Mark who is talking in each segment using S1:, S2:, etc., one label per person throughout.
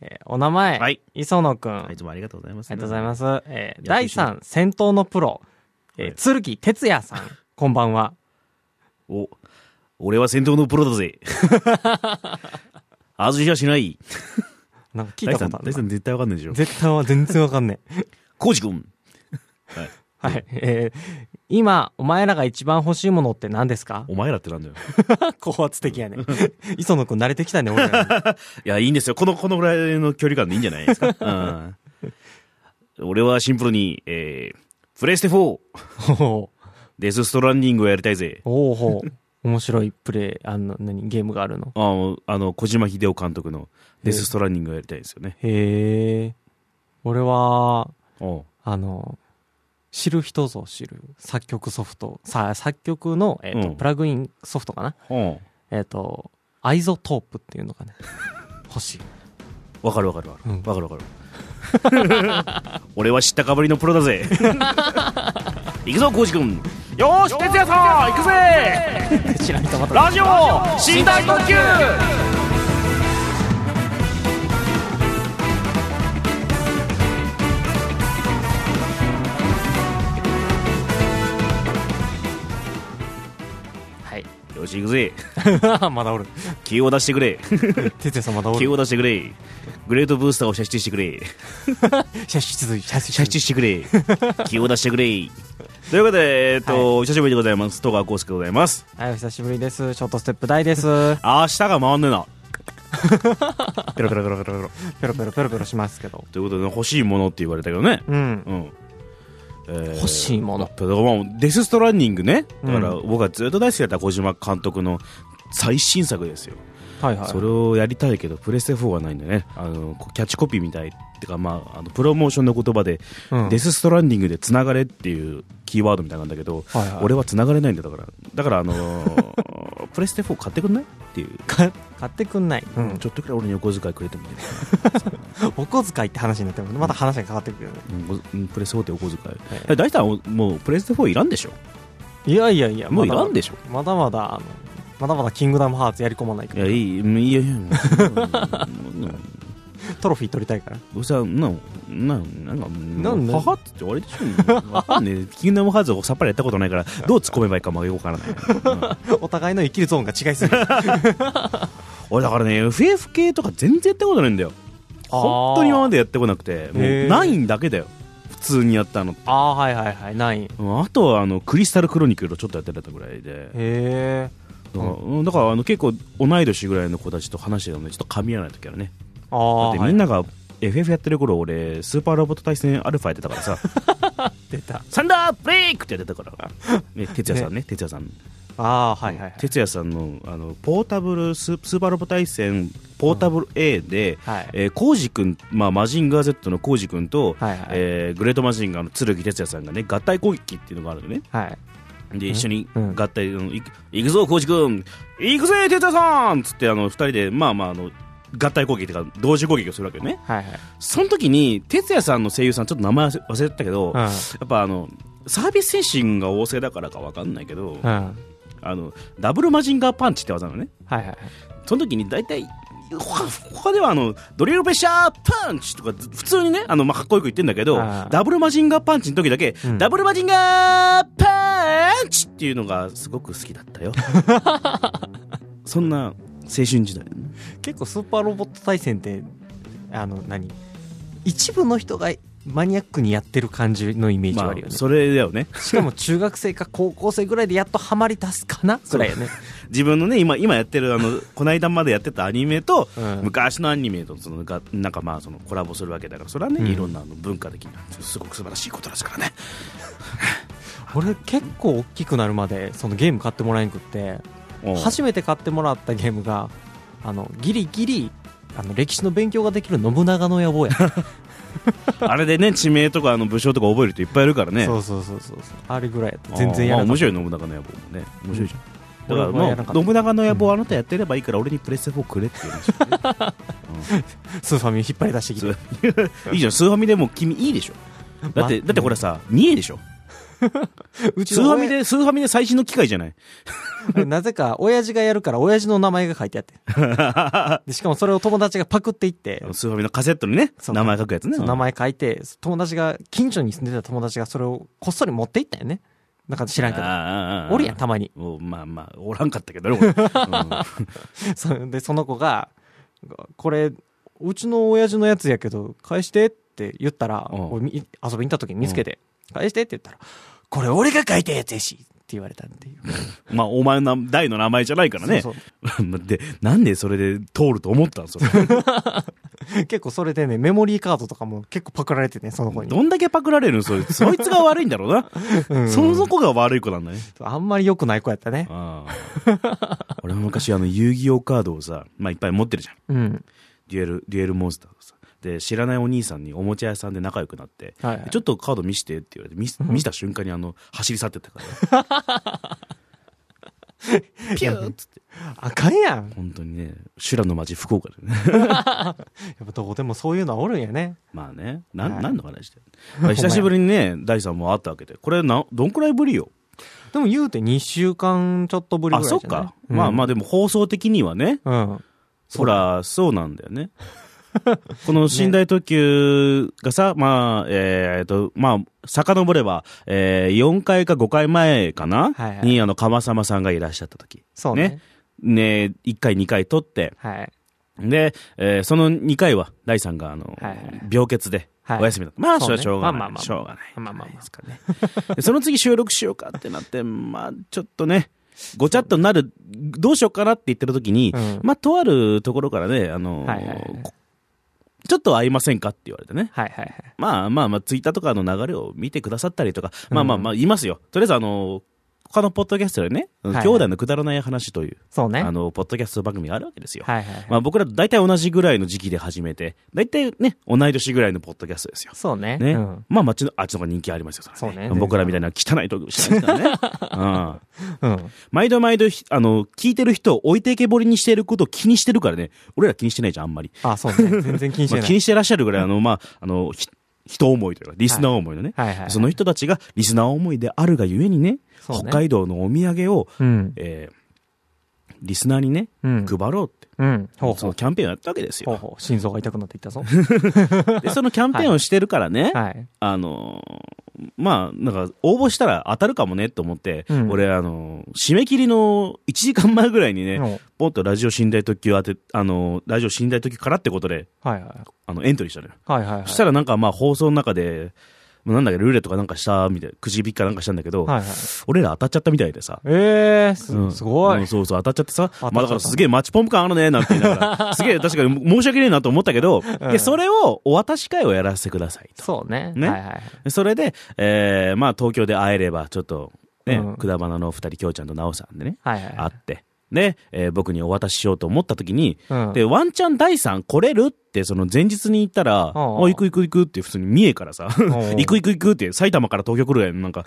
S1: えーお名前、
S2: はい
S1: 磯野くん、
S2: はい、いつもありがとうございます。
S1: ありがとうござい
S2: す。
S1: ます。えー
S2: いや
S1: 第3、戦闘のプロ、えー
S2: はい
S1: 鶴木哲也 さん、こんばんは。
S2: お、俺は戦闘のプロだぜ。 外しはしない。
S1: なんか聞いたことあ
S2: 大
S1: る
S2: さ。
S1: なん
S2: 絶対わかんないでしょ。
S1: 絶対は全然わかんねえ。
S2: コウジ君。
S1: はい。えー今、お前らが一番欲しいものって何です か
S2: お前らってなんだよ。
S1: 高圧的やね。 磯野くん慣れてきたね、俺 らに。
S2: いや、いいんですよ。この、このぐらいの距離感でいいんじゃないです か。うん。俺はシンプルに、えー、プレステ4、
S1: ほう
S2: デスストランディングをやりたいぜ。
S1: おうほう。面白いプレイ、あの、何、ゲームがあるの。
S2: あの、あの小島秀夫監督のデスストランディングをやりたいですよね。
S1: へえ。俺は、
S2: おう
S1: あの、知る人ぞ知る作曲ソフト、さ作曲の、えーと
S2: うん
S1: プラグインソフトかな
S2: おう
S1: えっ、と、アイゾトープっていうのがね、 欲しい。
S2: わかるわかるわかる。
S1: う
S2: わ、
S1: ん
S2: かるわかる。 俺は知ったかぶりのプロ だぜ。行くぞ、コウジ君。よーし、哲也さん、行くぜ
S1: 知らん人また。
S2: ラジオ寝台特急
S1: はい。
S2: よし、行くぜ。
S1: まだおる。
S2: 気を出してくれ。
S1: 哲也さんまだお
S2: 気
S1: る。
S2: を出してくれ。グレートブースターを射出してくれ。
S1: 射出続い、射出
S2: 射出して くれ。気を出してくれ。ということで、えっと、お久しぶりでございます。戸川浩介でございます。
S1: はい、お久しぶりです。ショートステップ大です。
S2: 明日が回ん ねえな。ペロペロペロペロペロ。
S1: ペロペロペロペロしますけど。
S2: ということで、欲しいものって言われたけどね。
S1: うん。
S2: うん。えー
S1: 欲しいもの。
S2: ただまあデス・ストランニングねだから
S1: う
S2: 僕がずっと大好きだった小島監督の最新作ですよ、
S1: はいはい。
S2: それをやりたいけどプレステ4がないんでねあのこうキャッチコピーみたいってか、まあ、あのプロモーションの言葉で、
S1: うん
S2: デス・ストランディングでつながれっていうキーワードみたいなんだけど、
S1: はいはい
S2: 俺はつながれないんだだからだからあ のープレステ4買ってくんないっていう、
S1: か買ってくんない。うん。
S2: ちょっとくらい俺にお小遣いくれてもいい、
S1: お小遣いって話になっても、また話が変わってくるよね。
S2: うんうんプレステ4ってお小遣い、
S1: え
S2: え大体もうプレステ4いらんでしょ
S1: いやいやいや、
S2: もうい
S1: まだ
S2: らんでしょ
S1: まだまだ、あの、まだまだキングダムハーツやり込まないか
S2: いや
S1: ら。
S2: いいもういいよいいよもうもう
S1: トロフィー取りたいから。
S2: どうせあのなななんか
S1: なんだよ
S2: 母って終わりでしょわかんねえキングダムハーツをさっぱりやったことないからどう突っ込めばいいかもよくわからない、うん
S1: お互いの生きるゾーンが違いすぎる。
S2: 俺だからね FF 系とか全然やったことないんだよ 本当に今までやってこなくてもう
S1: へえ
S2: 9だけだよ普通にやったの
S1: ああ、はいはいはい、ない。へ
S2: うんあとはあのクリスタルクロニクルをちょっとやってたぐらいで
S1: え。
S2: だから,、うん、だからあの結構同い年ぐらいの子たちと話してたのでちょっと噛み合わない時あるね
S1: ああ、
S2: だってみんなが FF やってる頃俺スーパーロボット対戦アルファやってたから さ
S1: 出た。
S2: サンダーブレイクってやってたから、 ね、哲也さんね、哲也さん、
S1: ああー、はいはいはい。
S2: 哲也さんのあのポータブルススーパーロボ対戦、ポータブル A で、
S1: はい。
S2: えー、コージ君、まあ、マジンガー Z のコージ君と、
S1: はいはい
S2: えーグレートマジンガーの鶴木哲也さんがね、合体攻撃っていうのがあるのね、
S1: はい。
S2: で一緒に
S1: うん
S2: 合体、うんいいくぞ、コージ君、いくぜ、哲也さんっつって、あの二人で、まあまああの、合体攻撃っていうか、同時攻撃をするわけよね、
S1: はいはい。
S2: その時に、哲也さんの声優さん、ちょっと名前忘れてたけど、
S1: うん
S2: やっぱあのサービス精神が旺盛だからかわかんないけど、
S1: うん。はい
S2: あのダブルマジンガーパンチって技なのね
S1: はいはい。
S2: その時に大体他他ではあのドリルプレッシャーパンチとかず普通にねあの、まあ、かっこよく言ってんだけど
S1: あー
S2: ダブルマジンガーパンチの時だけ、
S1: うん
S2: ダブルマジンガーパンチっていうのがすごく好きだ ったよそんな青春時代
S1: 結構スーパーロボット対戦ってあの何一部の人がマニアックにやってる感じのイメージはあるよね、
S2: それだよね
S1: しかも中学生か高校生ぐらいでやっとハマり出すかなぐらいよ ね
S2: 自分のね今今やってる あのこの間までやってたアニメと、
S1: うん
S2: 昔のアニメとそのがなんかまあそのコラボするわけだからそれはね、
S1: うん
S2: いろんなあの文化的なすごく素晴らしいことですからね
S1: 俺結構大きくなるまでそのゲーム買ってもらえんくって
S2: おう
S1: 初めて買ってもらったゲームがあのギリギリあの歴史の勉強ができる信長の野望や、
S2: あれでね地名とかあの武将とか覚える人いっぱいいるから ね
S1: そうそうそうそうそうあれぐらいやった全然やらな
S2: あまあ
S1: い
S2: 面白い信長の野望もね面白いじゃん、
S1: 俺
S2: だから
S1: はやらな
S2: ま
S1: か
S2: あ
S1: った
S2: 信長の野望あなたやってればいいから俺にプレステ4くれって言う んですよね、
S1: スーファミ引っ張り出してきて
S2: うんいいじゃんスーファミでも君いいでしょだって、
S1: ま
S2: だってこれさ 2A でしょ
S1: う
S2: スーファ
S1: 親
S2: ミでスーファミで最新の機械じゃない
S1: なぜか、親父がやるから、親父の名前が書いてあ って。でしかもそれを友達がパクっていって、
S2: スーファミのカセットにね、
S1: そう
S2: 名前書くやつね。
S1: その名前書いて、友達が、近所に住んでた友達がそれをこっそり持っていったよね。なんか知らんけど。
S2: あー
S1: おるやん、。たまに。
S2: おまあまあ、おらんかったけどね、 俺うん
S1: そうで、その子が、これ、うちの親父のやつやけど、返してって言ったら、
S2: うん
S1: 俺み遊びに行った時に見つけて、返してって言ったら、これ俺が書いたやつやしって言われたっていう。
S2: まあ、お前の代の名前じゃないからね。
S1: そう
S2: で、なんでそれで通ると思ったん それ。
S1: そう 結構それでね、メモリーカードとかも結構パクられてね、その子に。
S2: どんだけパクられるのそれそいつが悪いんだろうな。
S1: うん
S2: その子が悪い子なんだね。
S1: あんまり良くない子やったね。
S2: ああ俺も昔あの遊戯王カードをさ、まあいっぱい持ってるじゃん。
S1: うん。
S2: デュエル、デュエルモンスターをさ。で、知らないお兄さんにおもちゃ屋さんで仲良くなって、
S1: はいはい
S2: ちょっとカード見してって言われて、見せ見せた瞬間にあの、走り去ってったから。ピューっつって。
S1: あかんやん。
S2: 本当にね、修羅の街福岡でね。
S1: やっぱどこでもそういうのはおるんやね。
S2: まあね、な
S1: は
S2: ん、
S1: い
S2: なんの話して。ま あ久しぶりにね、大さんも会ったわけで。これな、どんくらいぶりよ。
S1: でも言うて2週間ちょっとぶりぐら
S2: あ、
S1: いじ
S2: そ
S1: ゃ
S2: っ
S1: ない
S2: か。まあまあでも放送的にはね、
S1: あ。うん。
S2: ほら、そうなんだ よね。この寝台特急がさ、まあ、えっと、まあ、遡れば、えー、4回か5回前かな、
S1: はいはい
S2: に、あの、鎌様さんがいらっしゃった時。
S1: そうね。
S2: ねね、1回、2回撮って、
S1: はい。
S2: で、えーその2回は、大さんが、あの、
S1: はいはい
S2: 病欠で、
S1: はい
S2: お休みだった。まあ、
S1: そうね
S2: しょうが
S1: まあま
S2: な
S1: あ
S2: い。
S1: まあ
S2: しょうがない。
S1: まあまあまあ
S2: ですかね。でその次収録しようかってなって、まあ、ちょっとね、ごちゃっとなる、どうしようかなって言ってる時に、
S1: うん
S2: まあ、とあるところからね、あのー
S1: はいはいはい
S2: こちょっと会いませんかって言われてね。
S1: はいはいはい。
S2: まあまあまあ、ツイッターとかの流れを見てくださったりとか、
S1: うん
S2: まあまあまあ、言いますよ。とりあえず、あのー他のポッドキャストでね、
S1: いはい
S2: 兄弟のくだらない話という、
S1: そうね。
S2: あの、ポッドキャスト番組があるわけですよ。
S1: はいはいはい。
S2: まあ僕らと大体同じぐらいの時期で始めて、大体ね、同い年ぐらいのポッドキャストですよ。
S1: そうね。
S2: ね。
S1: うん。
S2: まあ、まああっちの、あっちの方が人気ありますよ、それは
S1: そうね
S2: 僕らみたいな汚いトークしてないからね。 うん。
S1: うん。
S2: 毎度毎度ひ、あの、聞いてる人を置いてけぼりにしてることを気にしてるからね、俺ら気にしてないじゃん、あんまり。
S1: あ、そう ね。全然気にし
S2: ま
S1: て
S2: あ、
S1: な
S2: 気
S1: い。
S2: にしてらっしゃるぐらい、あの、まあ、 あの、ひ人思いというか、リスナー思いのね。
S1: はいはい。
S2: その、人たちがリスナー思いであるがゆえにね、
S1: そう
S2: 北
S1: ね
S2: 海道のお土産を、
S1: うん。
S2: えーリスナーにね、
S1: うん。
S2: 配ろうって、
S1: うん。ほう
S2: そ
S1: ほ
S2: の
S1: う。
S2: キャンペーンをやったわけですよ
S1: ほう。ほう。心臓が痛くなってきたぞ。
S2: で、そのキャンペーンをしてるからね、
S1: はい。
S2: あのーまあ、なんか、応募したら当たるかもねと思って、
S1: うん
S2: 俺、あのー締め切りの1時間前ぐらいにね、
S1: うんはい
S2: ポンとラジオ寝台特急当て、あのーラジオ寝台特急からってことで、
S1: はい。
S2: あの、エントリーしたのよ。
S1: はいはいはい。
S2: そしたらなんか、まあ、放送の中で、まあなんだっけ、ルーレットかなんかした、みたいな、くじ引きかなんかしたんだけど、
S1: はいはい。
S2: 俺ら当たっちゃったみたいでさ。
S1: ええ、
S2: うん
S1: すすご
S2: う
S1: い
S2: ん。そうそう、当たっちゃってさ
S1: たっちゃっ。た
S2: まあだからすげえマッチポンプ感あるね、なんて言いながら。すげえ確かに申し訳ねえなと思ったけ ど、
S1: うん
S2: で、それをお渡し会をやらせてくださいと。
S1: そうね。
S2: ね
S1: はいはいはい。
S2: でそれで、えーまあ東京で会えれば、ちょっと、ね、
S1: うん
S2: くだばなのお二人、きょうちゃんとなおさんでね、
S1: はいはい
S2: 会
S1: は
S2: っ
S1: い。
S2: て、で、えー僕にお渡ししようと思った時に、
S1: うん
S2: で、ワンチャン第三来れるって、その前日に言ったら、あ、
S1: うん
S2: 行く行く行くって普通に三重からさ、
S1: ん
S2: 行く行く行くって、埼玉から東京来るやん、な んか、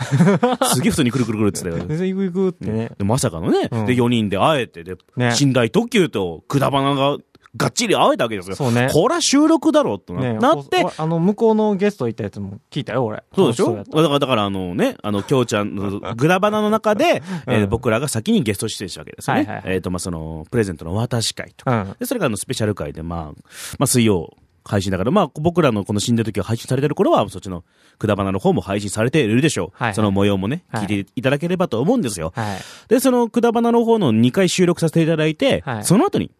S2: すげえ普通に来る来る来るって言ってたよ。
S1: 全然行く行くってね。
S2: でまさかのね、
S1: うん
S2: で、4人で会えて、で、
S1: ね
S2: 寝台特急とくだばなががっちり会えたわけですよ。
S1: そうね
S2: こら収録だろうとな,、
S1: ね
S2: なって
S1: お、おあの、向こうのゲスト行ったやつも聞いたよ、俺。
S2: そうでしょ
S1: 楽
S2: だ
S1: し
S2: から、だからあのね、あの、きょうちゃん の、グラバナの中で、えー
S1: うん
S2: 僕らが先にゲスト出演したわけですよ
S1: はい
S2: ね
S1: は。いはい
S2: えっと、まあ、その、プレゼントのお渡し会と
S1: そう
S2: か。
S1: やった
S2: で、それからあの、スペシャル会で、まあ、まあ、水曜配信だから、まあ、僕らのこの死んだ時が配信されてる頃は、そっちの、グラバナの方も配信されているでしょう。
S1: はいはい
S2: その模様もね、
S1: はい
S2: 聞いていただければと思うんですよ。
S1: うん。はい。
S2: で、その、くだばなの方の2回収録させていただいて、
S1: はい
S2: その後に、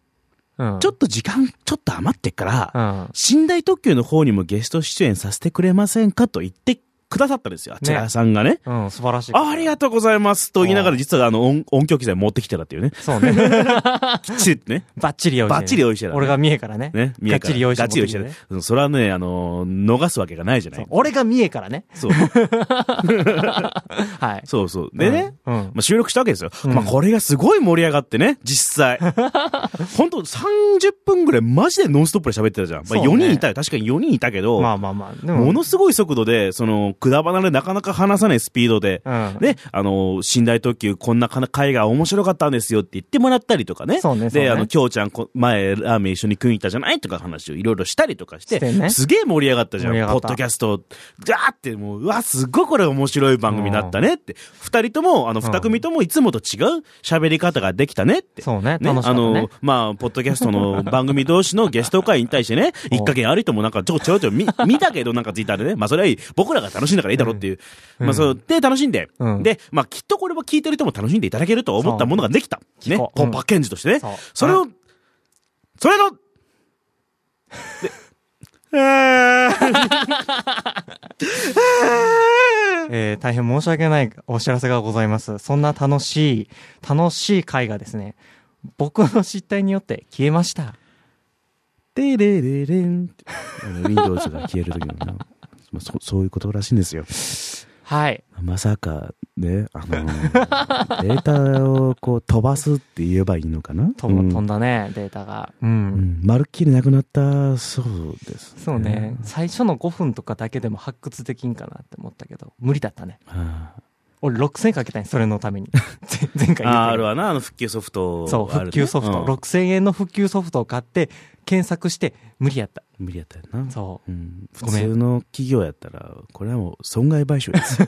S1: うん。
S2: ちょっと時間、ちょっと余ってっから、
S1: うん。
S2: 寝台特急の方にもゲスト出演させてくれませんかと言ってくださったんですよ。あちらさんがね。
S1: うん、素晴らしい。
S2: あありがとうございますと言いながら、実はあの音音響機材持ってきて たっていうね。
S1: そうね。
S2: きっちりね。
S1: バッチリ用意してね。
S2: バッチリ用意してた
S1: 俺が三重からね。
S2: ね。
S1: がっちり用意して
S2: ガッチリ用意して
S1: 持って
S2: る
S1: きて。
S2: うんそれはね、あのー逃すわけがないじゃな
S1: そう
S2: い。
S1: 俺が三重からね。
S2: そう。
S1: はい。
S2: そうそう。でね。
S1: うん。うん
S2: まあ、収録したわけですよ。
S1: ん
S2: まあ、これがすごい盛り上がってね、実際。本当30分ぐらいマジでノンストップで喋ってたじゃん。まあ、
S1: そう
S2: 4
S1: ね
S2: 人いたよ。確かに4人いたけど、
S1: まあまあまあ。でも
S2: ものすごい速度で、その、くだばなでなかなか話さないスピードで、
S1: うん
S2: ね、あの、寝台特急こんな回が面白かったんですよって言ってもらったりとかね。
S1: そうねそうね
S2: で、あの、きょうちゃんこ前ラーメン一緒に食いに行ったじゃないとか話をいろいろしたりとかして、
S1: してね
S2: すげえ盛り上がったじゃん。
S1: 盛り上が
S2: ポ
S1: った
S2: ッドキャスト、ザーってもう、うわ、すっごいこれ面白い番組だったねって。二人とも、あの、
S1: うん
S2: 二組ともいつもと違う喋り方ができたねって。
S1: そうね、
S2: ね、
S1: 楽しか
S2: あ
S1: ったね
S2: の。、まあ、ポッドキャストの番組同士のゲスト会に対してね、
S1: うん
S2: 一かげある人もなんかちょこちょこちょこ見 見たけど、なんかツイッターでね、まあ、それはいい僕らが楽しんだからいいだろうっていう。
S1: うん
S2: まあ、そう、で、楽しんで、
S1: うん
S2: で、まあ、きっとこれは聞いてる人も楽しんでいただけると思ったものができた。
S1: そう
S2: ね。
S1: 聞こ
S2: こ
S1: う
S2: のパッケージとしてね。
S1: そう
S2: それを、それの、で、えー
S1: えー大変申し訳ないお知らせがございます。そんな楽しい、楽しい回がですね、僕の失態によって消えました。
S2: で れれれんって。あの Windows が消える時のな、まあ、そ そういうことらしいんですよ。
S1: はい。
S2: まさかね、あの データをこう飛ばすって言えばいいのかな
S1: 飛ぶ
S2: うん
S1: 飛んだね、データが。う。
S2: うんんまるっきりなくなったそうです、
S1: そうね、最初の5分とかだけでも発掘できんかなって思ったけど、無理だったね。
S2: は
S1: 俺6000かけたんやそれのた めに。前前回言ったけ
S2: あ
S1: ど
S2: ああるわなあの復旧ソフト
S1: そう、
S2: あ
S1: 復
S2: るね
S1: 旧ソフト。
S2: うん
S1: 6000円の復旧ソフトを買って、検索して、無理やった。
S2: 無理やったよな、
S1: そう
S2: ん、普
S1: ごめん
S2: 通の企業やったらこれはもう損害賠償で すよ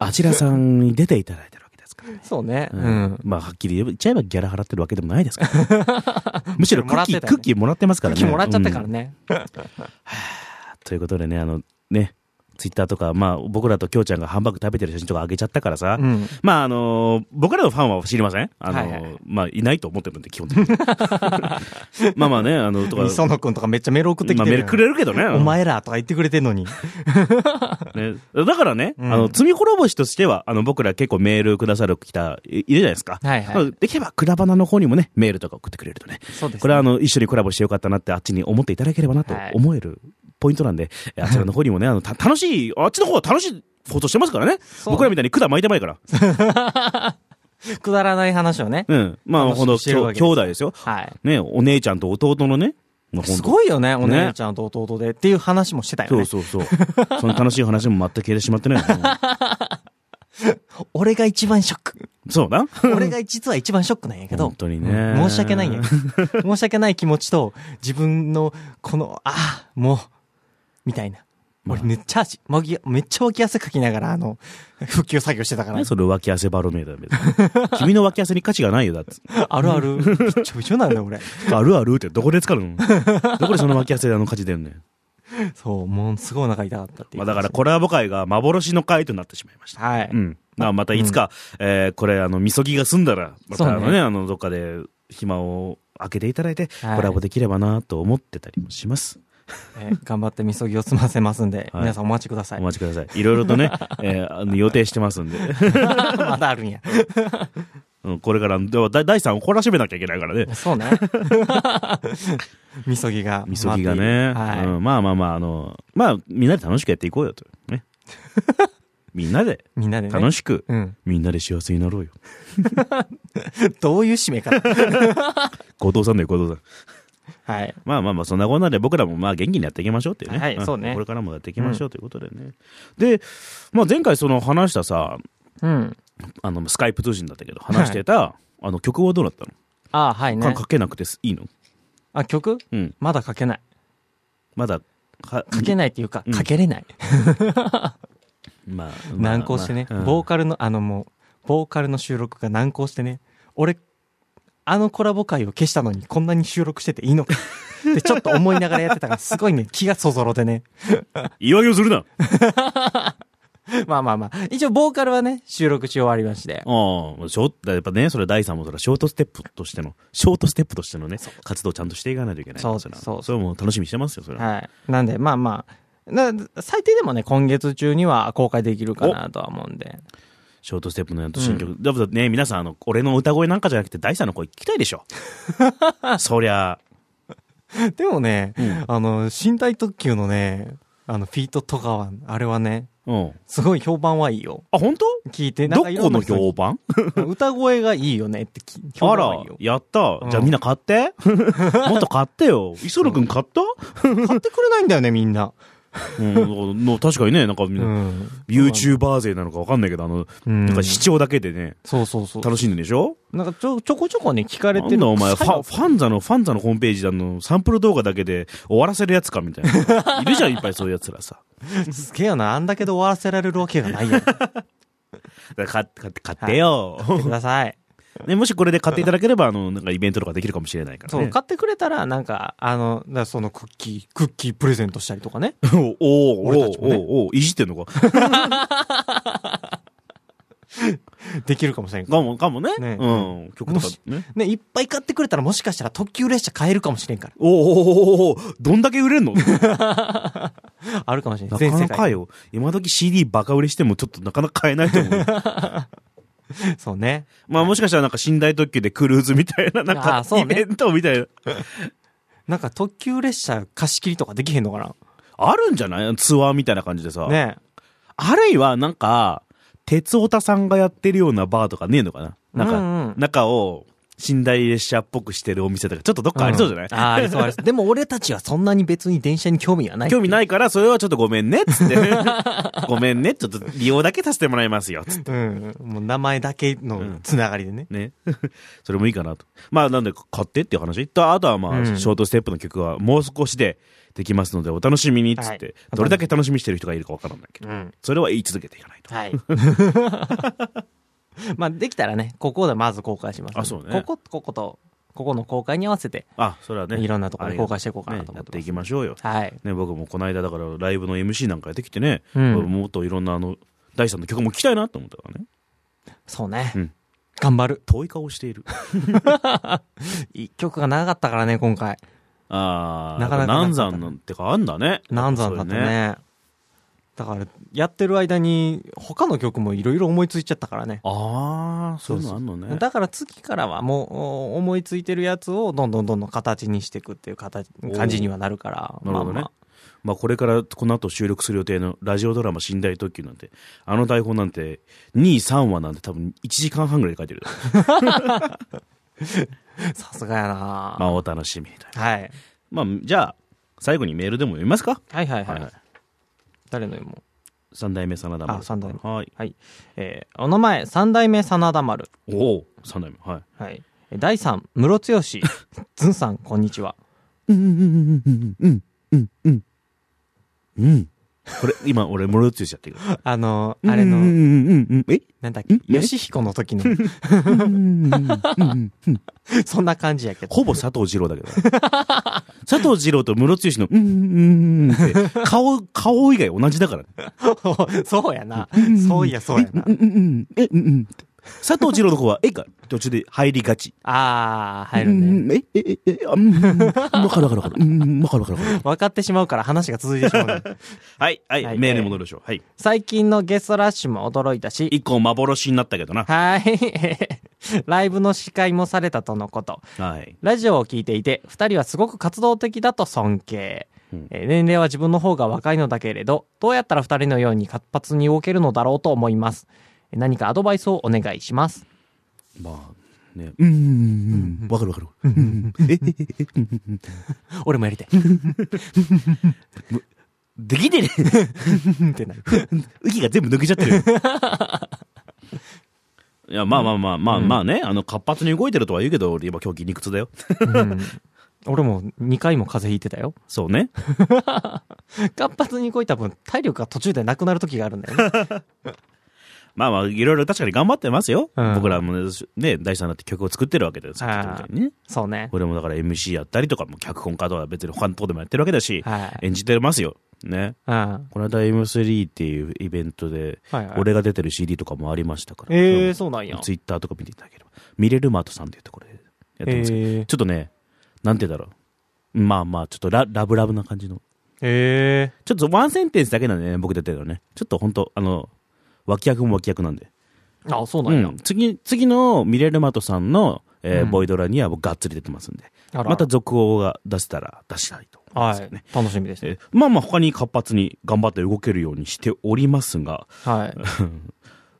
S2: あちらさんに出ていただいてるわけですからね
S1: う。そうね。う
S2: うん
S1: ん。
S2: まあ、はっきり言えば言っちゃえばギャラ払ってるわけでもないですから、 むしろクッ
S1: もらっ
S2: キー、
S1: てたよね
S2: クッキーもらってますからね。
S1: 気もらっちゃったか
S2: う
S1: ら
S2: ん
S1: ね。
S2: ということでね、あの、ね、ツイッターとか、まあ、僕らときょうちゃんがハンバーグ食べてる写真とかあげちゃったからさ、
S1: うん。
S2: まあ、あのー僕らのファンは知りませんあのー
S1: はいはい
S2: まあ、いないと思ってるんで、基本的に。 まあまあね、あの、とか、
S1: 磯野くんとかめっちゃメール送ってき
S2: ま
S1: て
S2: あ、
S1: る
S2: メ
S1: やん。
S2: ールくれるけどね。
S1: お前らとか言ってくれてんのに。
S2: ね、だからね、
S1: うん
S2: あの、罪滅ぼしとしては、あの、僕ら結構メールくださる来た、いいるじゃないですか。
S1: はいはい
S2: まあできれば、くだばなの方にもね、メールとか送ってくれるとね。
S1: そうですね
S2: これは、あの、一緒にコラボしてよかったなって、あっちに思っていただければなと
S1: はい
S2: 思えるポイン トなんで、あちらの方にもね、あの、た楽しい、あっちの方は楽しい放送してますからね。
S1: う
S2: 僕らみたいに管巻いてないから。
S1: くだらない話をね。
S2: うん。まあ、
S1: 楽し
S2: ほ
S1: み
S2: んと、
S1: にしてるわけ
S2: 兄
S1: ですよ
S2: 弟ですよ。
S1: は
S2: ね、お姉ちゃんと弟のね、まあ
S1: い。す
S2: い
S1: ごいよね、お
S2: ね
S1: 姉ちゃんと弟でっていう話もしてたよ
S2: そ
S1: ね
S2: う。そうそう。その楽しい話も全く消えてしまっ てないのね
S1: 俺が一番ショック。
S2: そうな。
S1: 俺が実は一番ショックなんやけど。
S2: 本当にね
S1: うん申し訳ないん やけど。申し訳ない気持ちと、自分の、この、ああ、もう、みたいな。俺めっちゃ足、まぎ、めっちゃ脇汗かきながら、あの、復旧作業してたから
S2: ね、。 それ浮気汗バロメーターみた いな君の浮気汗に価値がないよ、だって。
S1: あるある。びっちょびちょなんだよ、俺。
S2: あるあるって、どこで使う のどこでその浮気汗であの価値出るのよ。
S1: そう、もうすごいお腹痛かったっていう。
S2: まあだからコラボ会が幻の会となってしまいました。
S1: はい。
S2: うん。だからまたいつか、えーこれ、あの、みそぎが済んだら、またあの
S1: そう
S2: ね、
S1: ね
S2: あの、どっかで暇を空けていただいて、
S1: はい
S2: コラボできればなと思ってたりもします。
S1: えー頑張ってみそぎを済ませますんで、
S2: はい
S1: 皆さんお待ちください。
S2: お待ちください。いろい ろとね、えーあの予定してますんで。
S1: まだあるんや。
S2: うん、これから、では、だ第3を懲らしめなきゃいけないからね。
S1: そう ね。みそぎが。
S2: みそぎがね、
S1: 待っているはい。
S2: うん、まあまあまあ、あの、まあ、みんなで楽しくやっていこう よと。ね。みんなで、
S1: みんなでね。
S2: 楽
S1: し
S2: しく、
S1: うん。
S2: みんなで幸せになろうよ。
S1: どういう締め 方
S2: 後藤さんだよ、後藤さん。
S1: はい。
S2: まあまあまあ、そんなこんなで僕らもまあ元気にやっていきましょうっていうね。
S1: はい
S2: ん
S1: そうね
S2: これからもやっていきましょうということでね。で、まあ前回その話したさ、
S1: うん。
S2: あの、スカイプ通信だったけど、話してた、あの曲はどうなったの、
S1: ああ、はい
S2: か
S1: ね。
S2: かけなくていいの
S1: あ、曲
S2: うん。
S1: まだ書けない。
S2: まだ、か
S1: 書けないっていうか、
S2: うん
S1: 書けれない。
S2: まあ、まあ
S1: 難航してね。
S2: まあうん
S1: ボーカルの、あのもう、ボーカルの収録が難航してね。俺、あのコラボ会を消したのに、こんなに収録してていい のか。ってちょっと思いながらやってたから、すごいね、気がそぞろでね。
S2: 言い訳をするなあ
S1: まあまあまあ。一応、ボーカルはね、収録し終わりまして。
S2: あ、ショートやっぱね、それ第3もそれはショートステップとしての、ショートステップとしてのね、活動をちゃんとしていかないといけないから。
S1: そうです
S2: れ
S1: そう
S2: は
S1: です
S2: それはもう楽しみにしてますよ、それは。
S1: はい。なんで、まあまあ。な最低でもね、今月中には公開できるかなとは思うんで。
S2: ショートステップのやっと新曲。だからね、皆さん、あの、俺の歌声なんかじゃなくて、第三の声聞きたいで しょ。そりゃ、
S1: でもね、あの、身体特急のね、あの、フィートとかは、あれはね、
S2: うん。
S1: すごい評判はいいよ。
S2: あ、本当
S1: 聞いて、なん
S2: ど
S1: かいろ
S2: こ
S1: んな
S2: の
S1: 人に
S2: 評判
S1: 歌声がいいよねってき評
S2: あ
S1: 判がい
S2: ら
S1: いよ、。
S2: やった
S1: う。ん
S2: じゃあみんな買って もっと買ってよ。磯野くん買った
S1: 買ってくれないんだよね、みんな。
S2: うん、の確かにね、なんかみん
S1: う
S2: な、
S1: ん。
S2: YouTuber 勢なのかわかんないけど、あの、
S1: うん
S2: なんか視聴だけでね、
S1: そうそうそう。
S2: 楽しんでるでしょ
S1: なんかちょ、ちょこちょこね、聞かれ
S2: な
S1: て
S2: ん
S1: る。
S2: だお前、フ
S1: 臭い
S2: ァファンザの、ファンザのホームページであの、サンプル動画だけで終わらせるやつかみたい な。いるじゃん、いっぱいそういうやつらさ。
S1: すげえよな。あんだけで終わらせられるわけがない よ。買
S2: だから買って、買ってよ。
S1: ってください。
S2: ね、もしこれで買っていただければ、あの、なんかイベントとかできるかもしれないから
S1: そう、
S2: ね。
S1: 買ってくれたら、なんか、あの、だからそのクッキー、クッキープレゼントしたりとか ね。
S2: おおお
S1: 俺たちもね
S2: おおいじってんのか。
S1: できるかもしれんから
S2: かも、かもね。
S1: ね
S2: うん。曲と
S1: も
S2: か
S1: し
S2: ね。
S1: ね、いっぱい買ってくれたらもしかしたら特急列車買えるかもしれんから。
S2: おおおおどんだけ売れんの
S1: あるかもしれん。
S2: な
S1: 全
S2: か
S1: 世
S2: なか
S1: 界。
S2: よ。今時 CD バカ売れしてもちょっとなかなか買えないと思う。
S1: そうね。
S2: まあもしかしたらなんか寝台特急でクルーズみたいな、なん
S1: あ
S2: か
S1: ーそう
S2: イ
S1: ね
S2: ベントみたいな。
S1: なんか特急列車貸し切りとかできへんのか
S2: あるんじゃないツアーみたいな感じでさ。
S1: なね
S2: あるいはなんか、鉄オタさんがやってるようなバーとかねえのかななんか、
S1: うんうん
S2: 中を寝台列車っぽくしてるお店とか、ちょっとどっかありそうじゃない、
S1: んあーありそうありそう。でも俺たちはそんなに別に電車に興味はない。
S2: 興味ないから、それはちょっとごめんね、っ つって。ごめんね、ちょっと利用だけさせてもらいますよ、つって。
S1: うん。もう名前だけのつながりでね。
S2: ね。 それもいいかなと。まあ、なんで、買ってっていう話と、あとはまあ、
S1: うん
S2: ショートステップの曲はもう少しでできますので、お楽しみに、つって、
S1: はい
S2: どれだけ楽しみにしてる人がいるかわからないけど、
S1: うん。
S2: それは言い続けていかないと。
S1: はい。 まあできたらね、ここでまず公開します。
S2: あそうね
S1: ここ、ここと、ここの公開に合わせて、
S2: あ、それはね。
S1: いろんなところで公開していこうか
S2: ね
S1: なと思
S2: や
S1: っ
S2: ってて
S1: ま
S2: い
S1: す。
S2: きましょうよ。
S1: はい。
S2: ね、僕もこの間だからライブの MC なんかやってきてね、
S1: うん
S2: もっといろんなあの大さんの曲も聴きたいなと思ったからね
S1: そうね。
S2: うん
S1: 頑張る。
S2: 遠い顔している
S1: 一曲が長かったからね、今回。
S2: ああ
S1: なかなかなかった
S2: 南山なんてかあんだね
S1: 難産だった
S2: そういう
S1: ね。だから、やってる間に、他の曲もいろいろ思いついちゃったからね。
S2: ああそういうのあんのね
S1: だから次からはもうお思いついてるやつをどんどんどんどん形にしていくっていう形
S2: おー
S1: 感じにはなるから。
S2: なるほど
S1: まあま
S2: ね
S1: あ
S2: まあこれからこの後収録する予定のラジオドラマ「寝台特急」なんてあの台本なんて23話なんて多分1時間半ぐらいで書いてる
S1: さすがやな、
S2: まあお楽しみにと
S1: はい。
S2: まあじゃあ最後にメールでも読みますか
S1: はいはいはい。
S2: はい
S1: 誰のも。
S2: 三代目真田丸
S1: あ三代目
S2: はい
S1: はい。えーお名前、三代目真田丸。
S2: おお三代目はい
S1: はい。えー第三、ムロツヨ シ。ズンさん、こんにちは。
S2: うん。これ、今、俺、モロツヨシやってる。
S1: あのーあれ
S2: うんう
S1: の、
S2: んうんうん。え
S1: なんだっけ、
S2: え
S1: ヨシヒコの時の、 そんな感じやけど。
S2: ほぼ佐藤二郎だけど。 佐藤二郎とムロツヨシの、うんうんうんうんって、顔、顔以外同じだからね。
S1: そうやな。そういや、そうやな
S2: う。んうんうん。え、うんうんって。佐藤二郎の方は、えが途中で入りがち。
S1: あー、入
S2: う
S1: るね。
S2: んうんえ、え、え、え、あうんうん。わかるわかるわかる。うんうん、わかるわかるわかる。
S1: 分かってしまうから話が続いてしまう ね。
S2: はい、は、
S1: はいい
S2: メールに戻るでしょう。はい。
S1: 最近のゲストラッシュも驚いたし、
S2: 一個幻になったけどな。
S1: はい。 ライブの司会もされたとのこと。
S2: はい。
S1: ラジオを聞いていて、二人はすごく活動的だと尊敬。えー年齢は自分の方が若いのだけれど、どうやったら二人のように活発に動けるのだろうと思います。えー何かアドバイスをお願いします。
S2: まあ、ね。うんうんうん。わかるわかる。
S1: 俺もやりたい。
S2: できてね。
S1: うんってなる。
S2: ウキが全部抜けちゃってる。いや、まあまあまあ、まあまあね、あの、活発に動いてるとは言うけど、俺今今日筋肉痛だよ。
S1: うん 俺も2回も風邪ひいてたよ。
S2: そうね。
S1: 活発に動いた分、体力が途中でなくなる時があるんだよ ね。
S2: まあまあ、いろいろ確かに頑張ってますよ。
S1: うん
S2: 僕らもね、ね大地さんだって曲を作ってるわけです。さっき言ったみたいにね。
S1: そうね。
S2: 俺もだから MC やったりとか、も脚本家とは別に他のとこでもやってるわけだし、
S1: はい。
S2: 演じてますよ。ね。
S1: うん。はい
S2: この間 M3 っていうイベントで、
S1: はい、
S2: 俺が出てる CD とかもありましたから。
S1: ええそうなんや。
S2: ツイッターとか見ていただければ。ミレルマートさんっていうところでやってますけど
S1: え
S2: ちょっとね、なんて言うんだろう。まあまあ、ちょっとララブラブな感じの。
S1: え
S2: ちょっとワンセンテンスだけなんでね、僕出てるのね。ちょっと本当あの、脇役も脇役なんで。
S1: あ、そうな
S2: うん
S1: や。
S2: ん。次、次のミレルマトさんの、えー
S1: うん
S2: ボイドラには僕がっつり出てますんで。
S1: あら
S2: また続報が出せたら出したいと思いま
S1: は
S2: すけ
S1: い
S2: どね。。
S1: 楽しみですね。
S2: えーまあまあ他に活発に頑張って動けるようにしておりますが、
S1: はい。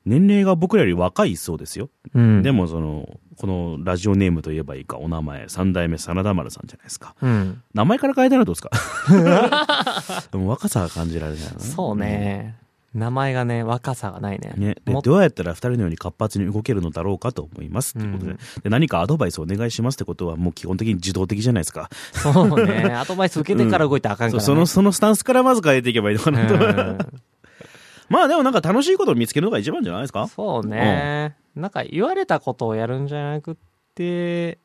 S2: 年齢が僕らより若い そうですよ。
S1: うん。
S2: で
S1: も、
S2: も、その、このラジオネームといえばいいか、お名前、三代目真田丸さんじゃないですか。
S1: うん。
S2: 名前から変えたら どうですかでも若さが感じられないよね
S1: そう。ね。名前がね、若さがないね。
S2: ね、で
S1: もっ
S2: どうやったら二人のように活発に動けるのだろうかと思います。ということで
S1: うん
S2: で何かアドバイスをお願いしますってことはもう基本的に自動的じゃないですか。
S1: そう ね。アドバイス受けてから動いたらあかんか
S2: そう
S1: ら、ね
S2: そのそのスタンスからまず変えていけばいいのかなと。 まあでもなんか楽しいことを見つけるのが一番じゃないです
S1: うん
S2: か
S1: そうね。なんか言われたことをやるんじゃなくって、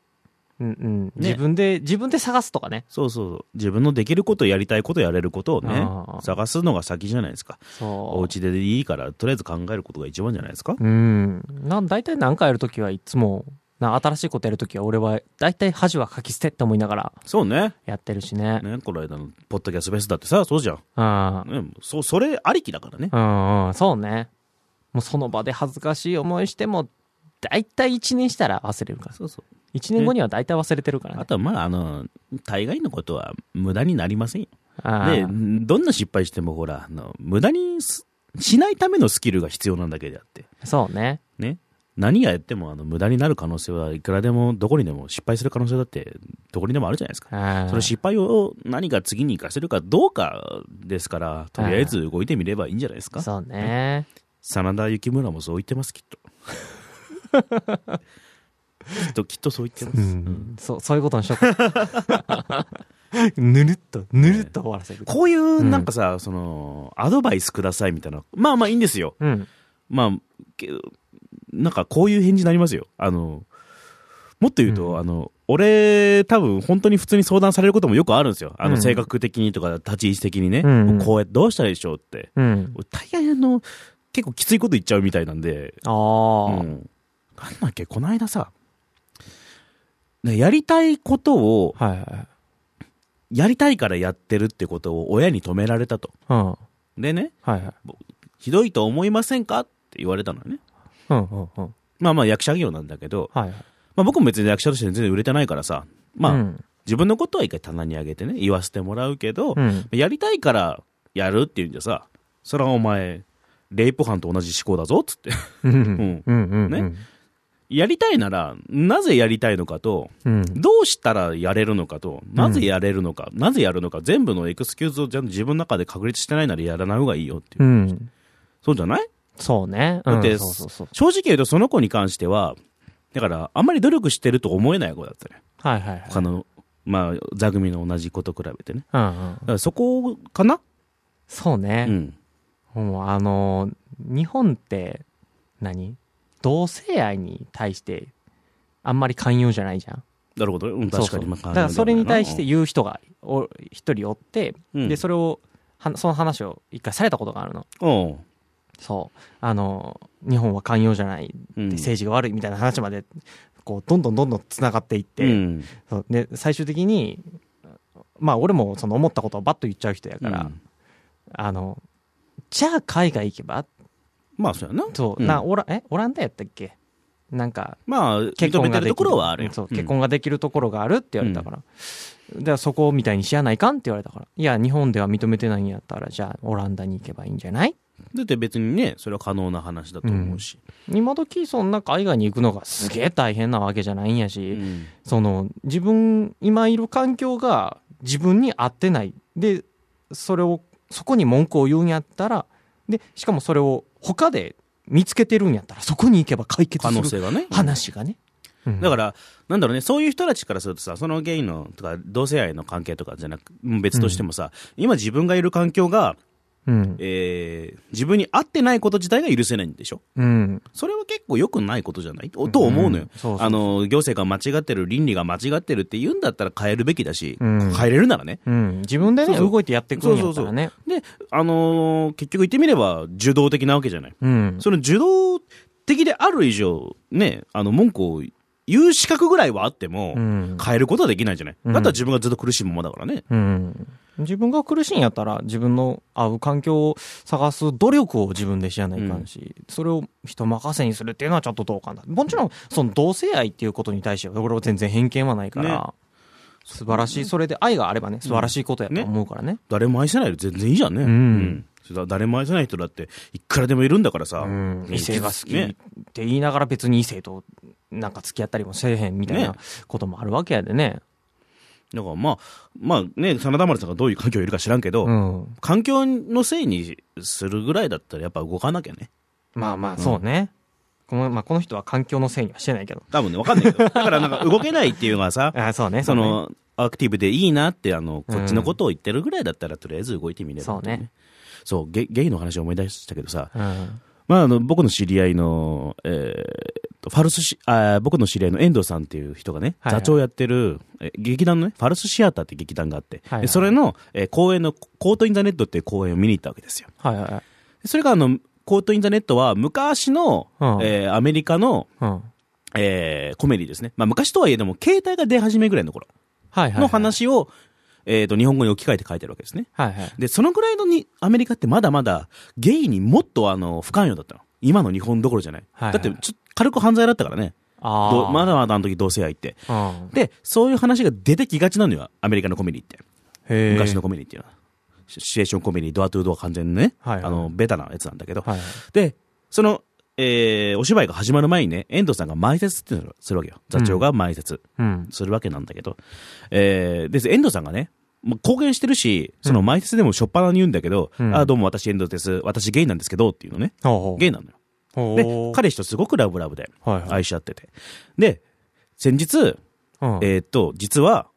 S1: うんうん。自分で、自分で探すとかね。
S2: そうそうそう自分のできることやりたいことやれることをね
S1: あー
S2: 探すのが先じゃないですか
S1: そう。
S2: お家でいいからとりあえず考えることが一番じゃないですか
S1: うん。なん、大体何かやるときはいつも、な、新しいことやるときは俺は、大体恥はかき捨てって思いながら
S2: そうね
S1: やってるしね。
S2: ねこの間のポッドキャストフェスだってさそうじゃん、
S1: うん。
S2: ね、もうそそれありきだからね
S1: うんうん、そうね。もうその場で恥ずかしい思いしても、大体1年したら忘れるから。
S2: そうそう
S1: 1年後には大体忘れてるからね
S2: あ。とはまああの大概のことは無駄になりませんよ
S1: あ
S2: で
S1: ー
S2: どんな失敗してもほらあの無駄にすしないためのスキルが必要なんだけであって
S1: そうね。
S2: ね、何やってもあの無駄になる可能性はいくらでもどこにでも失敗する可能性だってどこにでもあるじゃないですか。
S1: あー
S2: その失敗を何が次に生かせるかどうかですから、とりあえず動いてみればいいんじゃないですか。
S1: そうね。
S2: 真田幸村もそう言ってます、きっと。 きっと、きっとそう言ってます。
S1: うん、そう、そういうことにしようか。 ぬるっと、ぬるっと終わらせる。
S2: こういうなんかさ、その、アドバイスくださいみたいな。まあまあいいんですよ。
S1: うん。
S2: まあ、けなんかこういう返事になりますよ。あの、もっと言うと、
S1: うん
S2: あの、俺、多分本当に普通に相談されることもよくあるんですよ。あ
S1: う
S2: の、
S1: ん
S2: 性格的にとか、立ち位置的にね。
S1: うんうん
S2: こうやってどうしたらいいでしょうって。
S1: うん。
S2: 俺大概あの、結構きついこと言っちゃうみたいなんで、
S1: あ
S2: う
S1: あ。
S2: ん。なんだっけ、この間さ、ねやりたいことを、
S1: はいはい。
S2: やりたいからやってるってことを親に止められたと。
S1: うん。はい
S2: でね、
S1: はい。
S2: ひどいと思いませんかって言われたのよね。
S1: うんうんうん。
S2: まあまあ役者業なんだけど、
S1: はいはい。
S2: まあ、僕も別に役者として全然売れてないからさ、まあ、
S1: うん。
S2: 自分のことは一回棚に上げてね、言わせてもらうけど、
S1: うん
S2: やりたいからやるっていうんじゃさ、それはお前、レイプ犯と同じ思考だぞ、つって。
S1: うん
S2: うん
S1: うんうん。
S2: ねやりたいなら、なぜやりたいのかと、
S1: うん。
S2: どうしたらやれるのかと、なぜやれるのか、なぜやるのか、全部のエクスキューズをちゃんと自分の中で確立してないならやらない方がいいよっていう。
S1: うん。
S2: そうじゃない
S1: そうね。うん
S2: だって
S1: そうそうそう。
S2: 正直言うとその子に関しては、だから、あんまり努力してると思えない子だったね。
S1: はいはいはい。
S2: 他の、まあ、座組の同じ子と比べてね。
S1: うんうん
S2: だ。からそこかな
S1: そう
S2: う
S1: ね。
S2: ん。
S1: もうあのー、日本って何、同性愛に対して、あんまり寛容じゃないじゃん。
S2: なるほどね。うん、
S1: そう
S2: 確
S1: そ
S2: か
S1: う
S2: に。まあ
S1: だからそれに対して、言う人がお一人おって、
S2: うん
S1: で、それを、はその話を一回されたことがあるの。
S2: うん。
S1: そう。あのー、日本は寛容じゃない、
S2: うん。
S1: で政治が悪いみたいな話まで、こう、どんどんどんどん繋がっていって、
S2: うん。
S1: そうで最終的にまあ俺もその思ったことをバッと言っちゃう人や
S2: だ
S1: から、あのじゃあ海外行けば
S2: まあ、そうやな。
S1: そう、
S2: うん
S1: なオラえオランダやったっけなんか
S2: まあ、
S1: 結婚
S2: 認めて
S1: ができ
S2: るところはあるよ。
S1: そう
S2: うん
S1: 結。婚ができるところがあるって言われたから、だからそこみたいにしやないかんって言われたからいや日本では認めてないんやったらじゃあオランダに行けばいいんじゃない
S2: だって別にね、それは可能な話だと思うし。
S1: 今時そんな海外に行くのがすげえ大変なわけじゃないんやし、
S2: うん
S1: その自分今いる環境が自分に合ってないでそれをそこに文句を言うんやったらでしかもそれを他で見つけてるんやったらそこに行けば解決
S2: 可能
S1: する
S2: 性がね。
S1: 話がね、
S2: だからら、なんだろうね、そういう人たちからするとさ、そのゲイの、とか、同性愛の関係とかじゃなく、もう別としてもさ、今自分がいる環境が、
S1: うん
S2: えー自分に合ってないこと自体が許せないんでしょ
S1: うん
S2: それは結構良くないことじゃないおと思うのよ。
S1: んそうそう
S2: あの、行政が間違ってる、倫理が間違ってるって言うんだったら変えるべきだし、
S1: うん
S2: 変えれるならね。
S1: うん、自分でね
S2: そうそう
S1: 動いてやっていくんやったらね
S2: で、あのー結局言ってみれば、受動的なわけじゃない。
S1: うん
S2: その受動的である以上、ね、あの、文句を言う資格ぐらいはあっても、
S1: うん
S2: 変えることはできないじゃない。
S1: ん
S2: だったら自分がずっと苦しいままだからね。
S1: うん自分が苦しいんやったら自分の合う環境を探す努力を自分でしやないかんし、それを人任せにするっていうのはちょっとどうかなもちろんその同性愛っていうことに対しては俺は全然偏見はないから、素晴らしいそれで愛があればね素晴らしいことやと思うからね
S2: 誰も愛せないより全然いいじゃんね。
S1: うん
S2: だ誰も愛せない人だって、いくらでもいるんだからさ。
S1: うん、異性が好きっ
S2: ね
S1: て言いながら別に異性となんか付き合ったりもせえへんみたいな
S2: ね
S1: こともあるわけやでね。
S2: だからまあ、まあね、真田丸さんがどういう環境にいるか知らんけど、
S1: うん。
S2: 環境のせいにするぐらいだったらやっぱ動かなきゃね。
S1: まあまあ、そうね。この、まあこの人は環境のせいにはしてないけど。
S2: 多分ね、わかんないけ ど。だからなんか動けないっていうの はさ、
S1: ああ、そうね。そ
S2: そ
S1: うね、
S2: の、アクティブでいいなって、あの、こっちのことを言ってるぐらいだったら、とりあえず動いてみればってい
S1: そうね。
S2: そう、ゲゲイの話を思い出したけどさ、
S1: うん。
S2: まあ、あの、僕の知り合いの、えーっと、ファルスシ、あー僕の知り合いの遠藤さんっていう人がね、
S1: はいはい
S2: 座長やってる、え劇団のね、ファルスシアターって劇団があって、
S1: はいはい
S2: でそれの、えー公演の、コート・イン・ザ・ネットっていう公演を見に行ったわけですよ。
S1: はいはいはい。
S2: でそれが、あの、コート・イン・ザ・ネットは、昔の、
S1: うん
S2: えーアメリカの、
S1: うん。はい
S2: えーコメディですね。まあ、昔とはいえでも、携帯が出始めぐらいの頃
S1: はい、はい。
S2: の。話を、えーっと、日本語に置き換えて書いてるわけですね。
S1: はいはい。
S2: で、そのぐらいのに、アメリカってまだまだ、ゲイにもっとあの、不寛容だったの。今の日本どころじゃない。
S1: はいはい
S2: だって、ちょっと軽く犯罪だったからね。
S1: あ
S2: ど
S1: あ。
S2: まだまだあの時同性愛って。
S1: うん。
S2: で、そういう話が出てきがちなのよ、アメリカのコメディって。
S1: へえ。
S2: 昔の。コメディっていうのは。シシチュエーションコメディ、ドアトゥードア完全のね、
S1: はいはい
S2: あの、ベタなやつなんだけど。
S1: はいはい。
S2: で、その、えーお芝居が始まる前にね、遠藤さんが埋設っていうのをするわけよ。座長が埋設。
S1: うん。
S2: するわけなんだけど、えー、で、遠藤さんがね、もう公言してるし、その前説でも初っ端に言うんだけど、
S1: うん
S2: あ、どうも私遠藤です、私ゲイなんですけどっていうのね、
S1: ほうほう
S2: ゲイなのよ。
S1: ほう
S2: で、彼氏とすごくラブラブで
S1: はいはい。
S2: 愛し合ってて。で、先日、
S1: うん。
S2: えーっと、実は、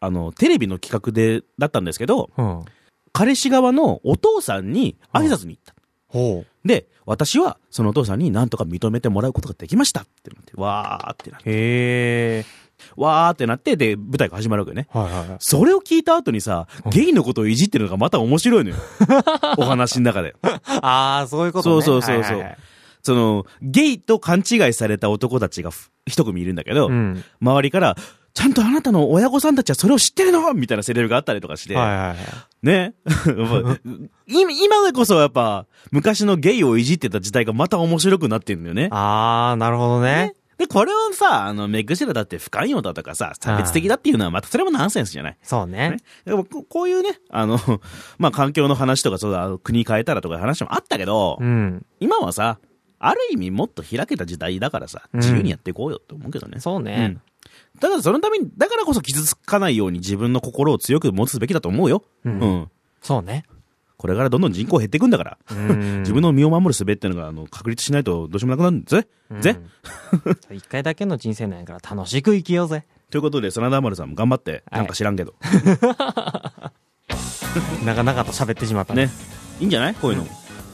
S2: あの、テレビの企画で、だったんですけど、
S1: うん。
S2: 彼氏側のお父さんに挨拶に行った。
S1: ほう。
S2: で、私はそのお父さんになんとか認めてもらうことができましたってなって、わーってなって、
S1: へえ。
S2: わーってなって、で、舞台が始まるわけよね。
S1: はいはいはい。
S2: それを聞いた後にさ、ゲイのことをいじってるのがまた面白 いのよ。お話の中で。
S1: ああ、そういうことね。
S2: そうそうそうそ
S1: はい
S2: う
S1: はいはい
S2: その、ゲイと勘違いされた男たちがふ一組いるんだけど、
S1: うん。
S2: 周りから、ちゃんとあなたの親御さんたちはそれを知ってるのみたいなセレブがあったりとかして、
S1: はいはいはい。
S2: ね。 やっぱ今今でこそやっぱ、昔のゲイをいじってた時代がまた面白くなってるんだよね。
S1: ああ、なるほどね。
S2: で、これをさ、あの、目頭だって不寛容だとかさ、差別的だっていうのはまたそれもナンセンスじゃない
S1: そうね
S2: ね。、でもここういうね、あの、 まあ、環境の話とか、そうだ、あの国変えたらとかいう話もあったけど、
S1: うん。
S2: 今はさ、ある意味もっと開けた時代だからさ、
S1: うん
S2: 自由にやっていこうよって思うけどね。
S1: そう
S2: う
S1: ね
S2: ん。だからそのために、だからこそ傷つかないように自分の心を強く持つべきだと思うよ。
S1: う
S2: うんん。
S1: そうね。
S2: これからどんどん人口減っていくんだから、 自
S1: 自
S2: 分の身を守る術っていうのが、あの、確立しないとどうしようもなくなるんですぜ、ぜ
S1: 一回だけの人生なんやから楽しく生きようぜ。
S2: ということで、真田丸さんも頑張って、
S1: はい
S2: なんか知らんけど。
S1: なかなかと喋ってしまった。
S2: ね。いいんじゃないこういうの。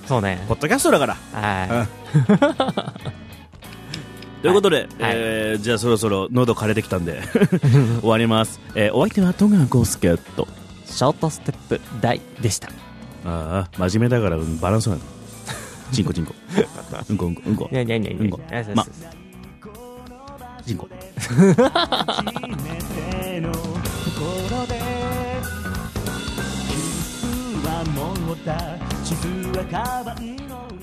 S1: そうね。
S2: ポッドキャストだから。
S1: は
S2: ということで、えーじゃあそろそろ喉枯れてきたん で終わります、えーお相手は戸川浩介と
S1: い。ショートステップ大でした。
S2: ああ真面目だからうんバランス がないチンコチンコうんこうんこうんこ
S1: いやいやいやいや
S2: うんこま
S1: 嗯
S2: チンコ
S3: 初めてのところでキスはもうた地図はカバンの上